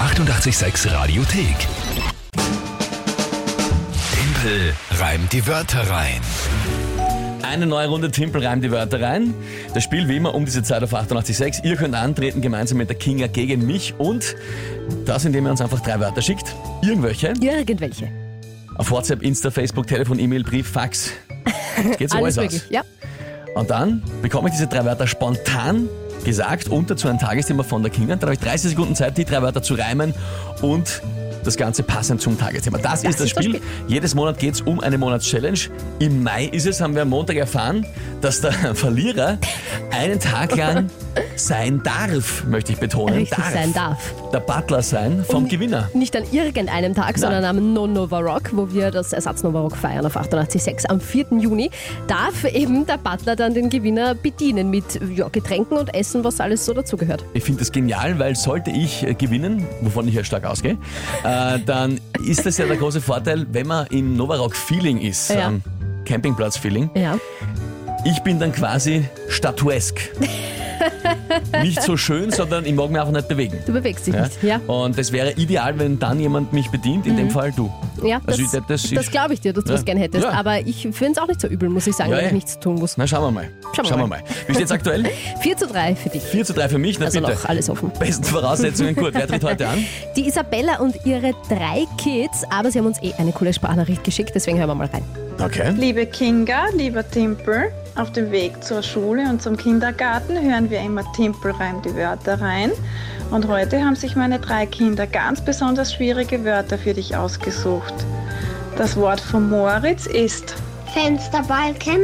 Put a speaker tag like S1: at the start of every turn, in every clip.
S1: 886 Radiothek. Tempel reimt die Wörter rein.
S2: Eine neue Runde Timpel reimt die Wörter rein. Das Spiel wie immer um diese Zeit auf 88.6. Ihr könnt antreten gemeinsam mit der Kinga gegen mich und das, indem ihr uns einfach drei Wörter schickt. Irgendwelche.
S3: Irgendwelche.
S2: Auf WhatsApp, Insta, Facebook, Telefon, E-Mail, Brief, Fax. Das geht so alles,
S3: Alles möglich.
S2: aus.
S3: Ja.
S2: Und dann bekomme ich diese drei Wörter spontan gesagt und dazu ein Tagesthema von der Kinga. Dann habe ich 30 Sekunden Zeit, die drei Wörter zu reimen und das Ganze passend zum Tagesthema. Das, ist das
S3: ist das
S2: Spiel.
S3: Spiel.
S2: Jedes Monat geht es um eine Monatschallenge. Im Mai ist es, haben wir am Montag erfahren, dass der Verlierer einen Tag lang sein darf, möchte ich betonen.
S3: Richtig sein darf. Um
S2: Der Butler sein vom
S3: Und
S2: Gewinner.
S3: Nicht an irgendeinem Tag, sondern am Non-Nova Rock, wo wir das Ersatz Nova Rock feiern auf 88.6 am 4. Juni, darf eben der Butler dann den Gewinner bedienen mit ja, Getränken und Essen, was alles so dazugehört.
S2: Ich finde das genial, weil sollte ich äh, gewinnen, wovon ich ja stark ausgehe, äh, dann ist das ja der große Vorteil, wenn man im Novarock-Feeling ist,
S3: Ja.
S2: ähm, Campingplatz-Feeling.
S3: Ja.
S2: Ich bin dann quasi statuesk. nicht so schön, sondern ich mag mich auch nicht bewegen.
S3: Du bewegst dich nicht. Ja, Mhm.
S2: Und es wäre ideal, wenn dann jemand mich bedient, in dem Fall du.
S3: ja das,
S2: Also ich- das- das
S3: das,
S2: ist-
S3: glaube ich dir, dass du
S2: Ja.
S3: das gern hättest.
S2: Ja.
S3: Aber ich finde es auch nicht so übel, muss ich sagen,
S2: Ja,
S3: wenn
S2: ja.
S3: ich nichts tun muss.
S2: Na, schauen wir mal.
S3: Schauen wir
S2: mal. Wie steht's aktuell?
S3: 4 zu 3 für dich.
S2: 4 zu 3 für mich, na
S3: Also
S2: bitte.
S3: noch alles offen.
S2: Besten Voraussetzungen, gut. Wer tritt heute an?
S3: Die Isabella und ihre drei Kids, aber sie haben uns eh eine coole Sprachnachricht geschickt, deswegen hören wir mal rein.
S2: Okay.
S4: Liebe Kinga, lieber Timpel, auf dem Weg zur Schule und zum Kindergarten hören wir immer Timpelreim die Wörter rein. Und heute haben sich meine drei Kinder ganz besonders schwierige Wörter für dich ausgesucht. Das Wort von Moritz ist,
S5: Fensterbalken,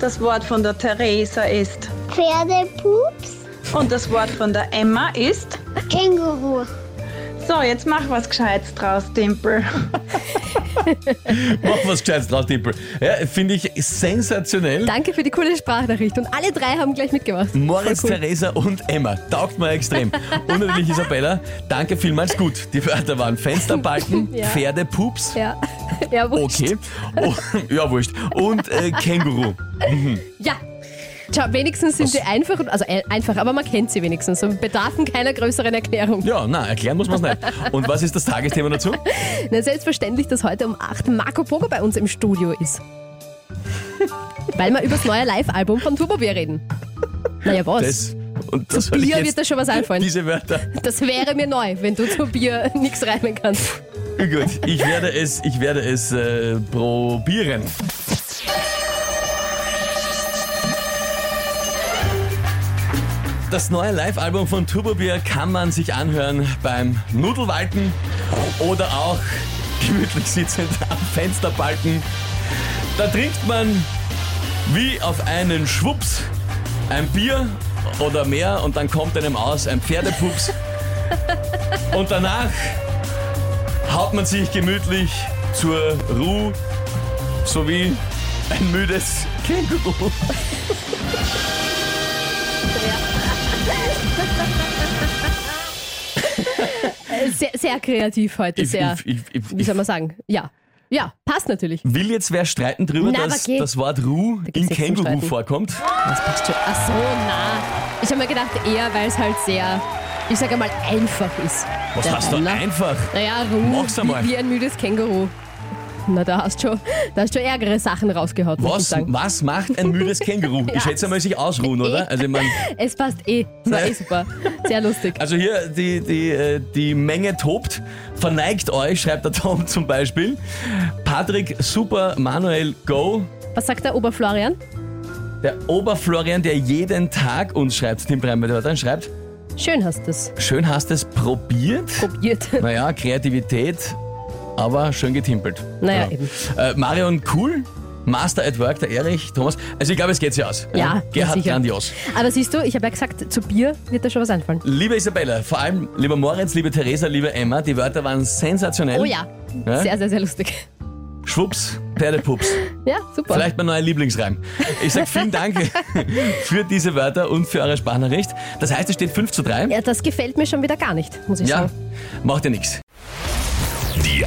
S4: das Wort von der Theresa ist
S5: Pferdepups,
S4: und das Wort von der Emma ist.
S5: Känguru.
S4: So, jetzt mach was Gescheites draus, Timpel.
S2: Mach was Gescheites draus, Tippel. Ja, Finde ich sensationell.
S3: Danke für die coole Sprachnachricht und alle drei haben gleich mitgemacht.
S2: Moritz,
S3: Voll cool.
S2: Theresa und Emma. Taugt mir extrem. Und natürlich Isabella. Danke vielmals. Gut, die Wörter waren Fensterbalken,
S3: Ja.
S2: Pferdepups.
S3: Ja, ja, wurscht.
S2: Okay. Oh, ja, wurscht. Und äh, Känguru.
S3: Ja. Schau, wenigstens sind sie einfach, und- also ein- einfach, aber man kennt sie wenigstens und bedarfen keiner größeren Erklärung.
S2: Ja, na, erklären muss man es nicht. Und was ist das Tagesthema dazu?
S3: Na, selbstverständlich, dass heute um 8 Marco Pogo bei uns im Studio ist. Weil wir über das neue Live-Album von Turbo Bier reden. Naja, was?
S2: Das, und das soll ich
S3: Bier
S2: jetzt-
S3: wird da schon was einfallen.
S2: Diese Wörter.
S3: Das wäre mir neu, wenn du zu Bier nichts reimen kannst.
S2: Gut, Oh ich werde es, ich werde es äh, probieren. Das neue Live-Album von Turbo Bier kann man sich anhören beim Nudelwalken oder auch gemütlich sitzend am Fensterbalken. Da trinkt man wie auf einen Schwups ein Bier oder mehr und dann kommt einem aus ein Pferdepups und danach haut man sich gemütlich zur Ruhe, so wie ein müdes Känguru.
S3: Sehr, sehr kreativ heute, sehr.
S2: ich, ich,
S3: Wie soll man sagen? Ja. Ja, passt natürlich.
S2: will jetzt wer streiten drüber,
S3: Na, aber
S2: dass
S3: geh.
S2: das Wort Ruhe
S3: Da
S2: in
S3: gibt's nichts zum
S2: Känguru
S3: Streiten.
S2: vorkommt.
S3: Das passt schon. Ach so, na. Ich habe mir gedacht, eher, weil es halt sehr, ich sage mal, einfach ist.
S2: Was
S3: Der
S2: hast du
S3: Butler.
S2: einfach?
S3: Naja,
S2: Mach's
S3: Ruhe,
S2: einmal.
S3: wie, wie ein müdes Känguru. Na, da hast schon, da hast schon ärgere Sachen rausgehaut, muss ich
S2: Was,
S3: sagen.
S2: was macht ein müdes Känguru? Ich
S3: Ja.
S2: schätze mal, sich ausruhen, oder? Also, ich mein,
S3: Es passt eh. Es war eh super. Sehr lustig.
S2: also hier, die, die, äh, die Menge tobt. Verneigt euch, schreibt der Tom zum Beispiel. Patrick, super, Manuel, go.
S3: Was sagt der Oberflorian?
S2: Der Oberflorian, der jeden Tag uns schreibt, Tim Bremer, der dann schreibt,
S3: Schön hast du es
S2: Schön hast es probiert.
S3: probiert.
S2: Naja, Kreativität, aber schön getimpelt.
S3: Naja, eben.
S2: Äh, Marion Cool, Master at Work, der Erich, Thomas. Also ich glaube, es geht sich aus.
S3: Ja,
S2: Gerhard
S3: sicher.
S2: grandios.
S3: Aber siehst du, ich habe ja gesagt, zu Bier wird da schon was einfallen.
S2: Liebe Isabella, vor allem lieber Moritz, liebe Theresa, liebe Emma, die Wörter waren sensationell.
S3: Oh ja.
S2: Ja?
S3: Sehr, sehr, sehr lustig.
S2: Schwupps, Pferdepups.
S3: Ja, super.
S2: Vielleicht mein neuer Lieblingsreim. Ich sage vielen Dank für diese Wörter und für eure Sprachnachricht. Das heißt, es steht 5 zu 3.
S3: Ja, das gefällt mir schon wieder gar nicht, muss ich
S2: ja
S3: sagen.
S2: macht ihr nichts.
S1: Die